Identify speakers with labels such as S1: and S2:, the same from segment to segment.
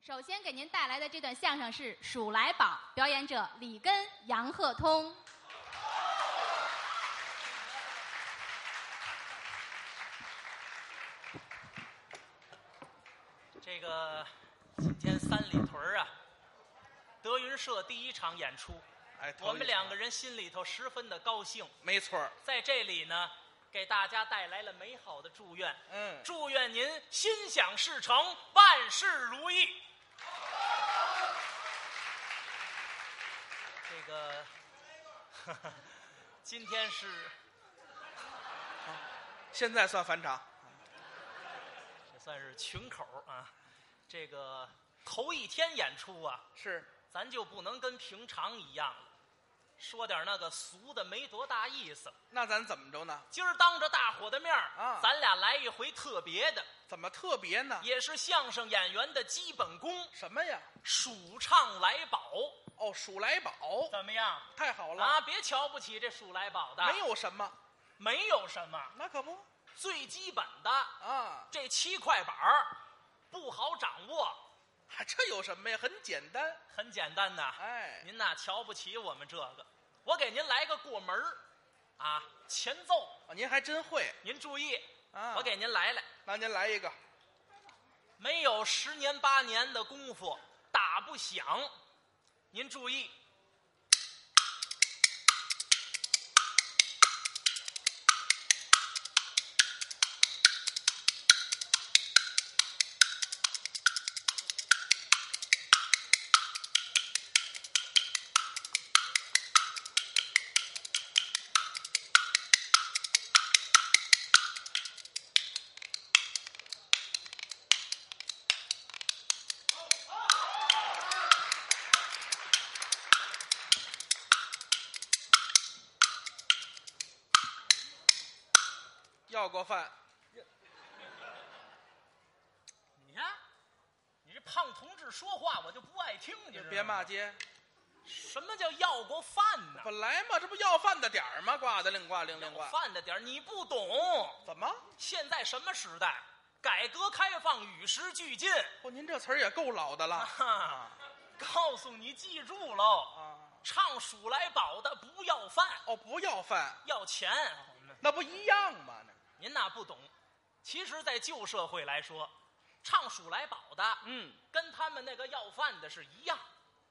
S1: 首先给您带来的这段相声是《数来宝》，表演者李根、杨鹤通。
S2: 这个今天三里屯儿啊，德云社第一场演出，
S3: 哎，头
S2: 我
S3: 一
S2: 们两个啊人心里头十分的高兴，
S3: 没错儿
S2: 在这里呢，给大家带来了美好的祝愿，
S3: 嗯，
S2: 祝愿您心想事成，万事如意。这个， 今天是
S3: 现在算返场，
S2: 这算是群口儿啊，这个头一天演出啊，
S3: 是
S2: 咱就不能跟平常一样了，说点那个俗的没多大意思。
S3: 那咱怎么着呢？
S2: 今儿当着大伙的面儿
S3: 啊
S2: 咱俩来一回特别的，
S3: 怎么特别呢？
S2: 也是相声演员的基本功
S3: 什么呀？
S2: ——数唱来宝，
S3: 哦，数来宝，
S2: 怎么样？
S3: 太好了，
S2: 啊，别瞧不起这数来宝的，
S3: 没有什么，
S2: 没有什么
S3: 那可不
S2: 最基本的，
S3: 啊，
S2: 这七块板儿不好掌握，
S3: 还这有什么呀？很简单，
S2: 很简单呐。
S3: 哎，
S2: 您呐瞧不起我们这个，我给您来个过门儿，啊，前奏，
S3: 哦您还真会
S2: 您注意，
S3: 啊。
S2: 我，给您来来。
S3: 那您来一个，
S2: 没有十年八年的功夫打不响。您注意，
S3: 要过饭，
S2: 你呀、你这胖同志说话我就不爱听，你知道吗
S3: 别骂。街。
S2: 什么叫要过饭呢？
S3: 本来嘛，这不要饭的点儿吗？挂的另挂另
S2: 要
S3: 另
S2: 过
S3: 挂。
S2: 饭的点儿你不懂。
S3: 怎么？
S2: 现在什么时代？改革开放与时俱进。
S3: 哦，您这词儿也够老的
S2: 啊
S3: 了
S2: 哈，告诉你，记住喽，
S3: 啊。
S2: 唱数来宝的不要饭，
S3: 哦，不要饭，
S2: 要钱。
S3: 那不一样吗？那
S2: 您呐不懂，其实，在旧社会来说，唱数来宝的，
S3: 嗯，
S2: 跟他们那个要饭的是一样。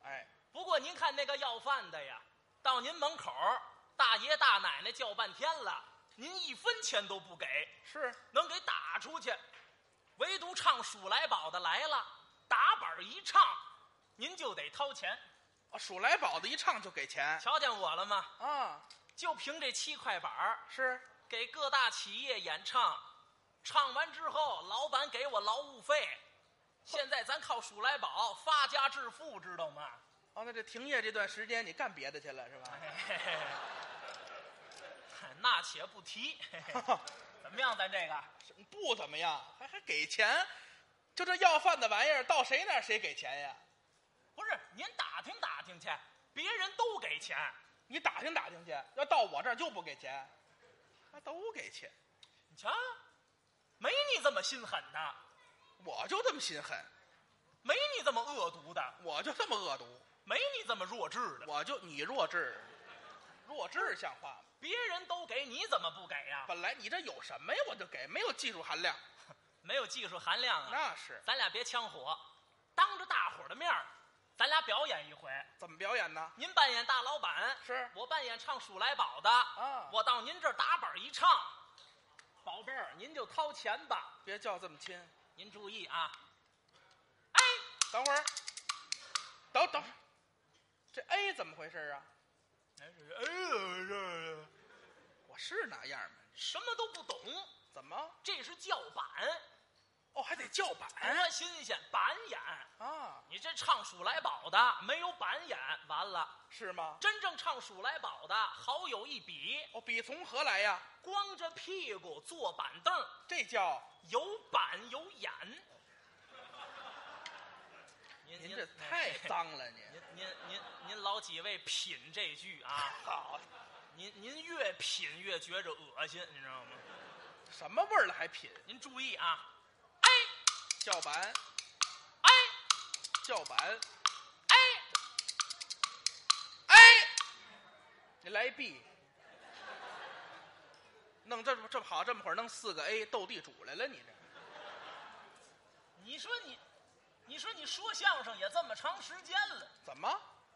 S3: 哎，
S2: 不过您看那个要饭的呀，到您门口儿，大爷大奶奶叫半天了，您一分钱都不给，
S3: 是
S2: 能给打出去。唯独唱数来宝的来了，打板儿一唱，您就得掏钱。
S3: 啊，数来宝的一唱就给钱
S2: 瞧见我了吗？
S3: 啊，
S2: 就凭这七块板儿，
S3: 是
S2: 给各大企业演唱，唱完之后，老板给我劳务费。现在咱靠数来宝发家致富，知道吗？
S3: 哦，那这停业这段时间你干别的去了是 吧？
S2: 嘿嘿嘿 那且不提，嘿嘿怎么样？咱这个
S3: 不怎么样，还还给钱，就这要饭的玩意儿，到谁那儿谁给钱呀？
S2: 不是您打听打听去，别人都给钱，
S3: 你打听打听去，要到我这儿就不给钱，还都给钱，
S2: 你瞧，没你这么心狠的，
S3: 我就这么心狠，
S2: 没你这么恶毒的，
S3: 我就这么恶毒，
S2: 没你这么弱智的。
S3: 我就你弱智，弱智像话吗？
S2: 别人都给你怎么不给呀、
S3: 本来你这有什么呀，我就给，没有技术含量，
S2: 没有技术含量啊！
S3: 那是
S2: 咱俩别呛火，当着大伙儿的面儿，咱俩表演一回。
S3: 怎么表演呢？
S2: 您扮演大老板，
S3: 是
S2: 我扮演唱数来宝的
S3: 啊
S2: 我到您这儿打板一唱，宝贝儿，您就掏钱吧。
S3: 别叫这么亲，
S2: 您注意啊！哎，
S3: 等会儿，等等会儿，这 A 怎么回事啊？
S2: 哎呦，这
S3: 我是哪样吗？
S2: 什么都不懂，哎
S3: 怎么？
S2: 这是叫板，
S3: 哦，还得叫板
S2: 多新鲜！板眼，
S3: 啊？
S2: 你这唱数来宝的没有板眼，完了。
S3: 是吗？
S2: 真正唱数来宝的好有一比，
S3: 哦，笔从何来呀？
S2: 光着屁股坐板凳，
S3: 这叫
S2: 有板有眼。您
S3: 您这太 脏了，您
S2: 您您您您老几位品这句啊，
S3: 好
S2: 您您越品越觉着恶心，你知道吗？
S3: 什么味儿了还品
S2: 您注意啊，哎
S3: 叫板？
S2: 哎
S3: 叫板，
S2: 哎
S3: 哎，你来一 B，弄这么这么好，这么会儿弄四个 A，斗地主来了，你这
S2: 你说你，你说你说相声也这么长时间了，
S3: 怎么？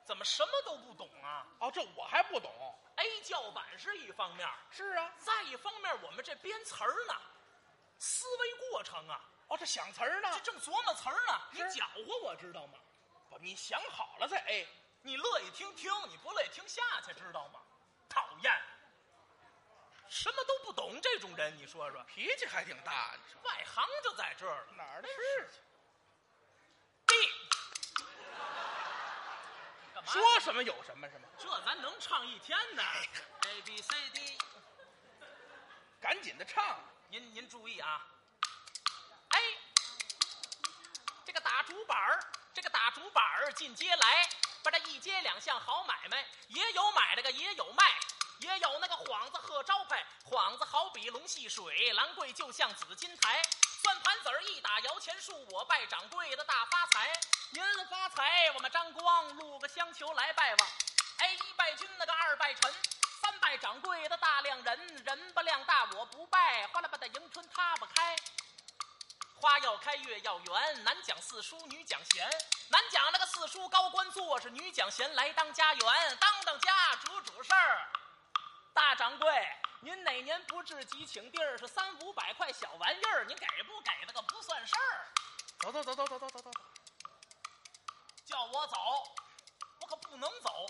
S2: 怎么什么都不懂啊
S3: 哦，这我还不懂。
S2: ？A 叫板是一方面，
S3: 是啊，
S2: 再一方面我们这编词儿呢，思维过程啊，
S3: 哦，这想词儿呢
S2: 这，正琢磨词儿呢，你
S3: 是
S2: 搅和我知道吗？
S3: 不你想好了再 A，
S2: 哎你乐意听听，你不乐意听下去，知道吗？讨厌，什么都不懂这种人，你说说，
S3: 脾气还挺大，你说
S2: 外行就在这儿了。
S3: 哪儿的事情？
S2: B，干嘛？
S3: 说什么有什么是吗？
S2: 这咱能唱一天呢。A B C D，
S3: 赶紧的唱，
S2: 您您注意啊。哎，这个打竹板儿，这个打竹板儿进街来，把这一街两巷好买卖，也有买这个，也有卖。也有那个幌子贺招牌，幌子好比龙戏水，兰桂就像紫金台。算盘子儿一打摇钱树，我拜掌柜的大发财。您发财，我们张光录个香球来拜望。哎，一拜君那个二拜臣，三拜掌柜的大量人，人不量大我不拜，哗啦吧的迎春踏不开。花要开，月要圆，男讲四书，女讲贤。男讲那个四书高官做，是女讲贤来当家园，当当家主主事儿。大掌柜，您哪年不至急请地儿？是三五百块小玩意儿，您给不给那个不算事儿。
S3: 走走走走走走走走走，
S2: 叫我走，我可不能走。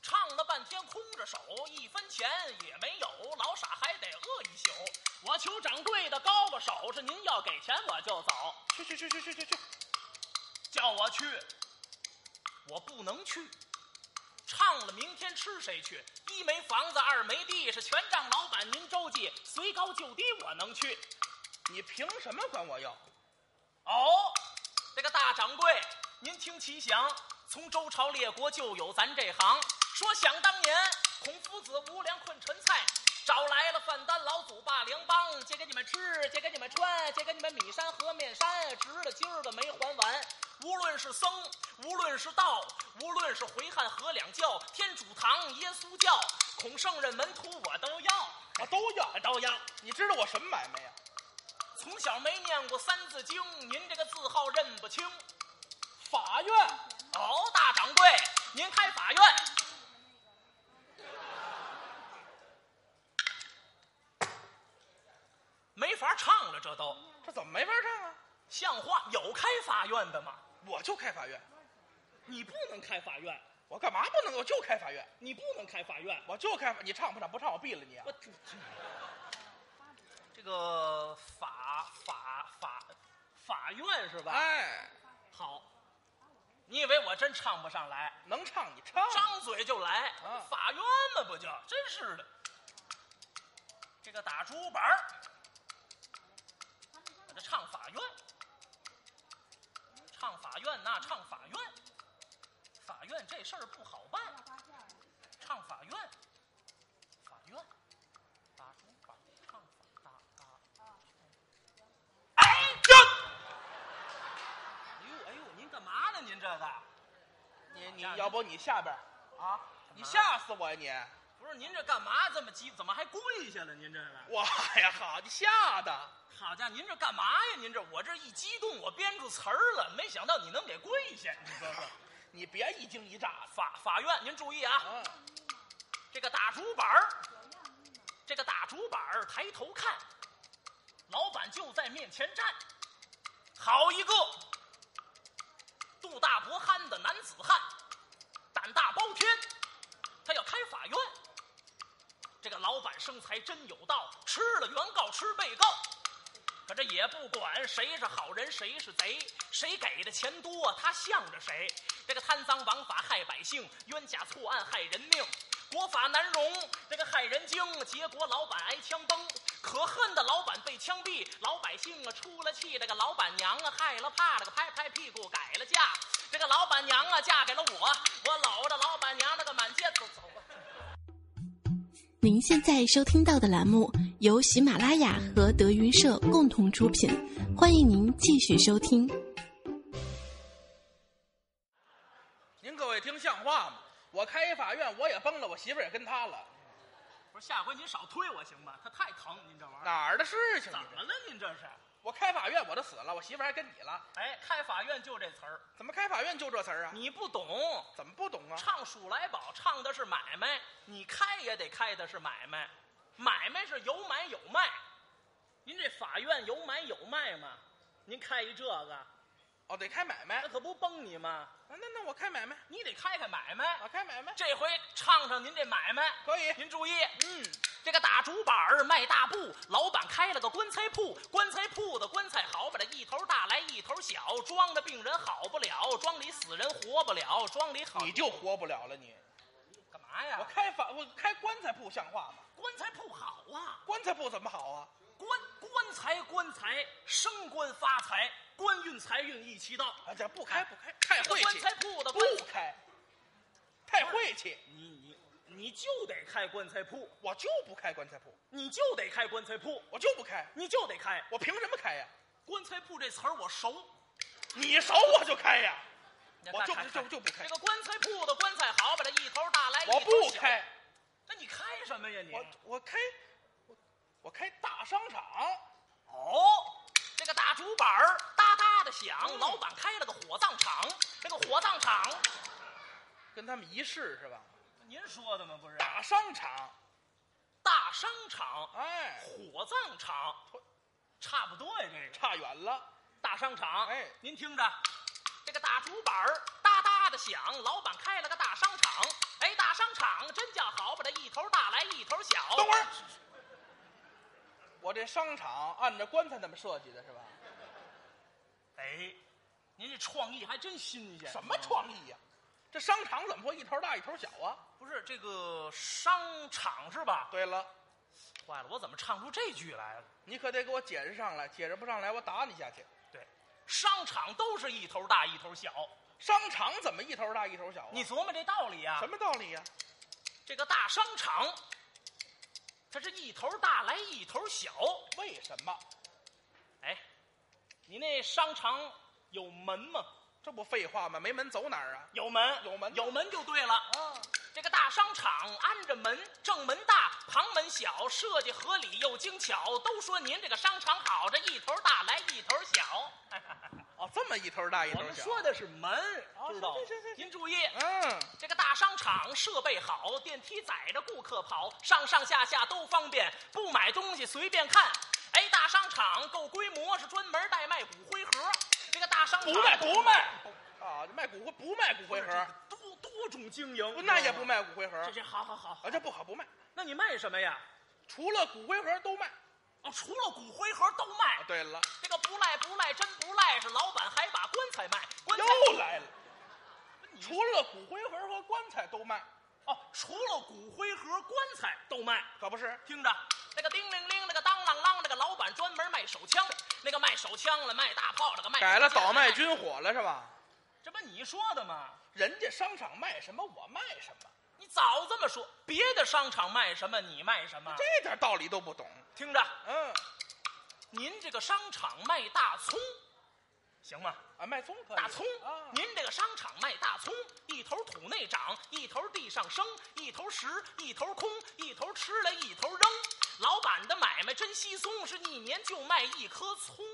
S2: 唱了半天空着手，一分钱也没有，老傻还得饿一宿。我求掌柜的高个手，是您要给钱我就走。
S3: 去去去去去去去，
S2: 叫我去，我不能去。唱了，明天吃谁去？一没房子，二没地，是全仗老板您周济，随高就低我能去。
S3: 你凭什么管我要？
S2: 哦，这个大掌柜，您听其详，从周朝列国就有咱这行。说想当年，孔夫子无粮困陈蔡，找来了范丹、老祖霸、梁邦，借给你们吃，借给你们穿，借给你们米山、和面山，值了今儿的没还完。无论是僧，无论是道，无论是回汉和两教，天主堂、耶稣教，孔圣人门徒我都要，哎
S3: 我都要。
S2: 都要。
S3: 你知道我什么买卖呀？
S2: 从小没念过《三字经》，您这个字号认不清。
S3: 法院，
S2: 哦，大掌柜，您开法院。没法唱了，这都
S3: 这怎么没法唱啊？
S2: 像话？有开法院的吗？
S3: 我就开法院，
S2: 你不能开法院，
S3: 我干嘛不能？我就开法院，
S2: 你不能开法院。
S3: 我就开法。你唱不唱？不唱我毙了你啊
S2: 我！这这这个法法法法院是吧？
S3: 哎，
S2: 好，你以为我真唱不上来？
S3: 能唱你唱。
S2: 张嘴就来，
S3: 啊
S2: 法院嘛不就？真是的，这个打竹板儿，我这唱法院，唱法院那唱法院，法院这事儿不好办，唱法院，法院，打竹板儿唱法打打，哎呀！哎呦哎呦，您干嘛呢？您这个
S3: 你你要不你下边儿，
S2: 啊，
S3: 你
S2: 你下
S3: 吓死我呀你！
S2: 不是您这干嘛这么急？怎么还跪下了？您这个，
S3: 哇呀，好你吓的！
S2: 好家伙，您这干嘛呀？您这我这一激动，我编出词儿了，没想到你能给跪下，你说说。
S3: 你别一惊一乍的。
S2: 法法院，您注意啊，
S3: 啊，
S2: 这个打竹板儿，这个打竹板儿，抬头看，老板就在面前站，好一个肚大脖憨的男子汉，胆大包天，他要开法院。这个老板生财真有道，吃了原告吃被告，可这也不管谁是好人谁是贼，谁给的钱多他向着谁。这个贪赃枉法害百姓，冤假错案害人命，国法难容，这个害人精。结果老板挨枪崩，可恨的老板被枪毙，老百姓啊出了气，这个老板娘啊害了怕，这个拍拍屁股改了嫁。这个老板娘啊嫁给了我，我搂着老板娘那个满街走走啊。
S4: 您现在收听到的栏目由喜马拉雅和德云社共同出品，欢迎您继续收听。
S3: 您各位听像话吗？我开一法院，我也崩了，我媳妇儿也跟他了，
S2: 不是，下回您少推我行吗？他太疼，您这玩意儿
S3: 哪儿的事情
S2: 怎
S3: 啊？
S2: 么了？您这是？
S3: 我开法院我都死了，我媳妇儿还跟你了，
S2: 哎，开法院就这词儿，
S3: 怎么开法院就这词儿啊？
S2: 你不懂。
S3: 怎么不懂啊？
S2: 唱《鼠来宝》唱的是买卖，你开也得开的是买卖，买卖是有买有卖。您这法院有买有卖吗？您开一这个，
S3: 哦，得开买卖
S2: 那，可不崩你吗？
S3: 那那那我开买卖，
S2: 你得开开买卖。
S3: 我开买卖，
S2: 这回唱上您这买卖，
S3: 可以
S2: 您注意，
S3: 嗯，
S2: 这个打竹板儿卖大布，老板开了个棺材铺，棺材铺的棺材好，把这一头大来一头小，装的病人好不了，庄里死人活不了，庄里好
S3: 你就活不了了你。
S2: 干嘛呀
S3: 我？开法我开棺材铺像话吗？
S2: 棺材铺好啊。
S3: 棺材铺怎么好啊？
S2: 棺棺材棺材，升官发财，官运财运一起到。
S3: 啊，这不开不开，太晦
S2: 棺
S3: 气，
S2: 材铺的
S3: 不
S2: 棺，
S3: 开，太晦气，
S2: 你你你就得开棺材铺，
S3: 我就不开棺材铺，
S2: 你就得开棺材铺，
S3: 我就不开，
S2: 你就得开
S3: 我凭什么开呀？
S2: 棺材铺这词儿我熟，
S3: 你熟我就开呀，我就
S2: 开
S3: 就就不开
S2: 这个棺材铺的棺材好，把这一头大来，
S3: 我
S2: 一头
S3: 不
S2: 小
S3: 开，，
S2: 那你开什么呀你？
S3: 我我开我我开大商场，
S2: 哦，嗯这个大竹板儿哒哒的响，老板开了个火葬场，这个火葬场，
S3: 跟他们一试是吧？
S2: 您说的吗？不是
S3: 大商场，
S2: 大商场。
S3: 哎，
S2: 火葬场，差不多呀，这个
S3: 差远了，
S2: 大商场。
S3: 哎
S2: 您听着，这个大竹板儿哒哒的响，老板开了个大商场。哎，大商场真叫好，把这一头大来一头小。
S3: 等会儿。我这商场按照棺材那么设计的是吧？
S2: 哎，您这创意还真新鲜。
S3: 什么创意呀、这商场怎么会一头大一头小啊？
S2: 不是这个商场是吧？
S3: 对了，
S2: 坏了，我怎么唱出这句来了？
S3: 你可得给我解释上来，解释不上来我打你下去。
S2: 对，商场都是一头大一头小，
S3: 商场怎么一头大一头小啊？
S2: 你琢磨这道理呀、
S3: 什么道理呀、
S2: 这个大商场，它是一头大来一头小。
S3: 为什么？
S2: 哎，你那商场有门吗？
S3: 这不废话吗？没门走哪儿啊？
S2: 有门，
S3: 有门
S2: 有门就对了。
S3: 啊，
S2: 这个大商场安着门，正门大，旁门小，设计合理又精巧。都说您这个商场好，这一头大来一头小。
S3: 哦，这么一头大 一头小。
S2: 的是门，
S3: 哦
S2: 知道吗
S3: 行行行？行
S2: 您注意。
S3: 嗯，
S2: 这个大商场设备好，电梯载着顾客跑，上上下下都方便，不买东西随便看。哎，大商场够规模，是专门代卖骨灰盒。这个大商场
S3: 不卖啊！这卖骨灰不卖骨灰盒，
S2: 多多种经营，
S3: 不那也不
S2: 知道吗。
S3: 卖骨灰盒
S2: 这这好好好，
S3: 啊，这不好不卖，
S2: 那你卖什么呀？
S3: 除了骨灰盒都卖。
S2: 哦，除了骨灰盒都卖
S3: 啊，。对了，
S2: 这个不赖不赖，真不赖，是老板还把棺材卖。棺材
S3: 又来了，
S2: 你
S3: 除了骨灰盒和棺材都卖，
S2: 哦，除了骨灰盒、棺材都卖。
S3: 可不是？
S2: 听着，那个叮铃铃，那个当啷啷，那个老板专门卖手枪，那个卖手枪了，卖大炮，那个卖
S3: 改了
S2: 手枪
S3: 倒卖，军火了是吧？
S2: 这不你说的吗？
S3: 人家商场卖什么，我卖什么，
S2: 你早这么说，别的商场卖什么，你卖什么？
S3: 这点道理都不懂。
S2: 听着，
S3: 嗯，
S2: 您这个商场卖大葱，行吗？
S3: 啊，卖葱可以
S2: 大葱
S3: 啊，，
S2: 您这个商场卖大葱，一头土内长，一头地上生，一头实，一头空，一头吃了，一头扔。老板的买卖真稀松，是一年就卖一颗葱，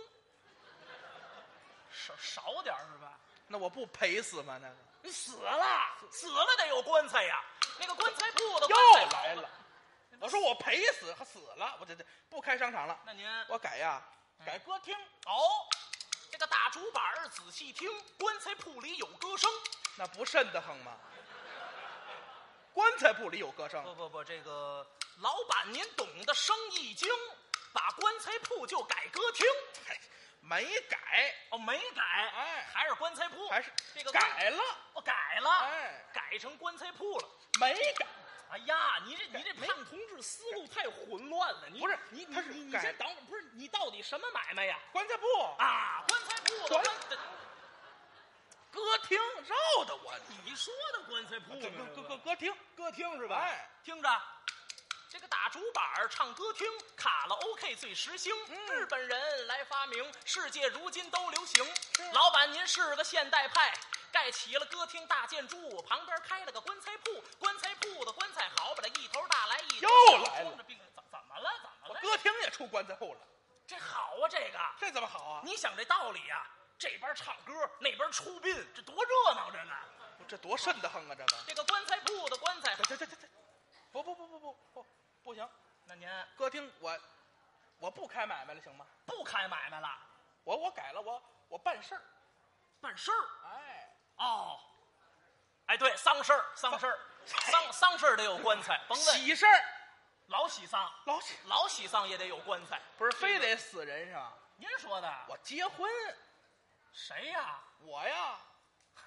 S2: 少少点儿是吧？
S3: 那我不赔死吗？那个
S2: 你死了，死了得有棺材呀。那个棺材铺的
S3: 又
S2: 棺材老
S3: 来
S2: 板
S3: 了，，我说我赔死还死了，我这这不开商场了，
S2: 那您
S3: 我改呀，改歌厅，
S2: 哦，这个大竹板儿仔细听，棺材铺里有歌声。
S3: 那不瘆得慌吗？棺材铺里有歌
S2: 不
S3: 声，
S2: 不不，这个老板您懂得生意经，把棺材铺就改歌厅。
S3: 嗨，没改，
S2: 哦，没改，
S3: 哎
S2: 还是棺材铺，
S3: 还是
S2: 这个棺
S3: 改了，
S2: 哦改了，
S3: 哎
S2: 改成棺材铺了。
S3: 没改，
S2: 哎呀，你这你这胖同志思路太混乱了。你
S3: 不是
S2: 你你
S3: 他是
S2: 你你
S3: 改
S2: 先等会儿，不是你到底什么买卖呀？
S3: 棺材铺，
S2: 啊，棺材铺的
S3: 棺
S2: 棺材，
S3: 歌厅绕的我，
S2: 你说的棺材铺
S3: 这
S2: 吗
S3: 歌歌歌歌厅，
S2: 歌厅是
S3: 哎，
S2: 听着，这个打竹板儿唱歌厅，卡拉 OK 最时兴。
S3: 嗯
S2: 日本人来发明，世界如今都流行。老板，您是个现代派，盖起了歌厅大建筑，旁边开了个棺材铺。棺材铺的棺材好，把这一头大来一头
S3: 又
S2: 小
S3: 来了
S2: 光着腚怎怎么了？怎
S3: 我
S2: 么了？
S3: 歌厅也出棺材铺了，
S2: 这好啊，这个。
S3: 这怎么好啊？
S2: 你想这道理啊，这边唱歌，那边出殡，这多热闹着呢。
S3: 这多瘆得慌啊！这个，
S2: 这个棺材铺的棺材，
S3: 这这这这，不不不不不不不行，
S2: 那您
S3: 歌厅我我不开买卖了，行吗？
S2: 不开买卖了，
S3: 我我改了，我我办事儿，
S2: 办事儿
S3: 哎，
S2: 哦。哎，对，丧事儿，丧事儿，丧哎丧事儿得有棺材，甭问，
S3: 喜事儿，
S2: 老喜丧，
S3: 老喜
S2: 老喜丧也得有棺材。
S3: 不是非得死人上，
S2: 您说的，
S3: 我结婚，
S2: 谁呀？
S3: 我呀，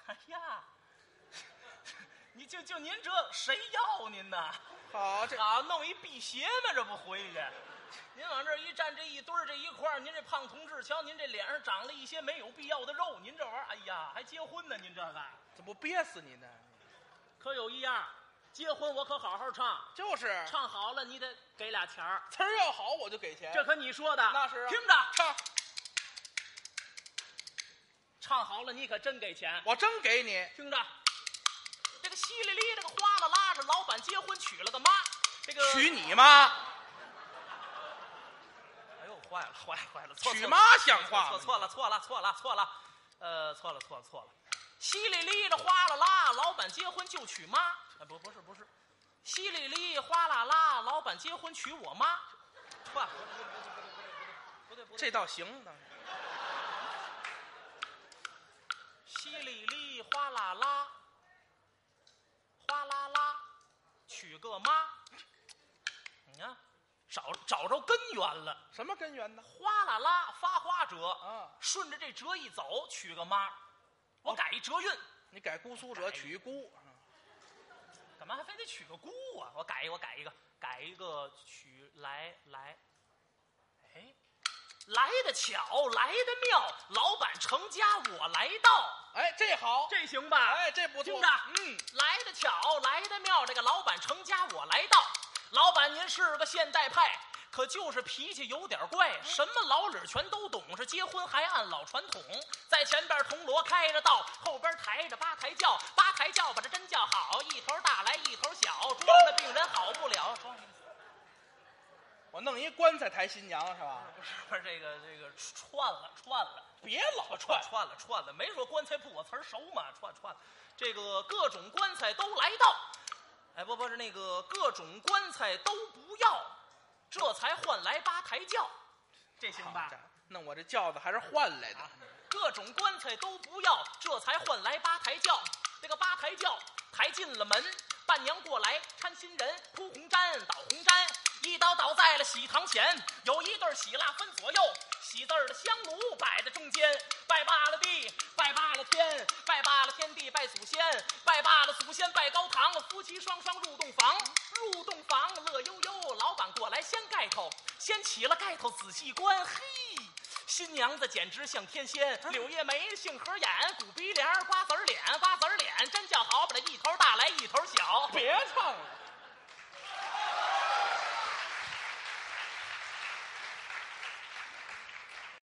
S2: 哎呀，你就就您这谁要您呢？
S3: 好这
S2: 啊，弄一辟邪嘛，这不回去？ 您往这儿一站，这一堆儿这一块儿，您这胖同志，瞧您这脸上长了一些没有必要的肉，您这玩意儿，哎呀，还结婚呢？您这个
S3: 怎么不憋死你呢？
S2: 可有一样，结婚我可好好唱，
S3: 就是
S2: 唱好了你得给俩钱儿，
S3: 词儿要好我就给钱，
S2: 这可你说的。
S3: 那是啊
S2: 听着，
S3: 唱
S2: 唱好了你可真给钱。
S3: 我真给你，
S2: 听着，这个稀里哩，这个哗啦啦，这老板结婚娶了个妈，这个
S3: 娶你妈，
S2: 哎呦，坏了，坏了，坏了！错
S3: 娶
S2: 错
S3: 妈像话
S2: 错
S3: 吗？
S2: 错了，错了，错了，错了，呃，错了，错了，错了。稀里哩的哗啦啦，老板结婚就娶妈，哎，不，不是，不是，稀里哩哗啦啦，老板结婚娶我妈，哇，不对，不对，不对，不对，不对，
S3: 这倒行，倒是
S2: 稀里哩哗啦啦，哗啦啦，娶个妈，你看，找找着根源了，
S3: 什么根源呢？
S2: 哗啦啦，发花者
S3: 啊
S2: 顺着这折一走，娶个妈，我改一折韵。
S3: 你改姑苏
S2: 哎
S3: 者娶一姑，
S2: 干嘛还非得娶个姑啊？我改一个，我改一个，改一个娶来来，哎，来的巧，来的妙，老板成家我来到，
S3: 哎，这好，
S2: 这行吧？
S3: 哎，这不错，
S2: 听着，
S3: 嗯，
S2: 来的巧，来的妙，这个老板成家我来到，老板您是个现代派。可就是脾气有点怪，什么老理儿全都懂，是结婚还按老传统，在前边铜锣开着道，后边抬着八抬轿，八抬轿把这真叫好，一头大来一头 小，装的病人好不了。装
S3: 我弄一棺材抬新娘是吧？
S2: 不是不是这个这个串了串了。
S3: 别老
S2: 串
S3: 串，
S2: 串了串了，没说棺材铺我词儿熟嘛，串串了，这个各种棺材都来到，哎不不是那个各种棺材都不要，这才换来八抬轿，这行吧？
S3: 好？弄我这轿子还是换来的，
S2: 各种棺材都不要，这才换来八抬轿。这个八抬轿抬进了门，伴娘过来搀新人，铺红毡倒红毡，一刀倒在了喜堂前。有一对喜蜡分左右，喜字儿的香炉摆在中间，拜罢了地，拜罢了天，拜罢了天地，拜祖先，拜罢了祖先，拜高堂。夫妻双双入洞房，入洞房乐悠悠，老板过来掀盖头，掀起了盖头仔细观，嘿。新娘子简直像天仙，柳叶眉，杏核眼，鼓鼻梁，瓜子儿脸，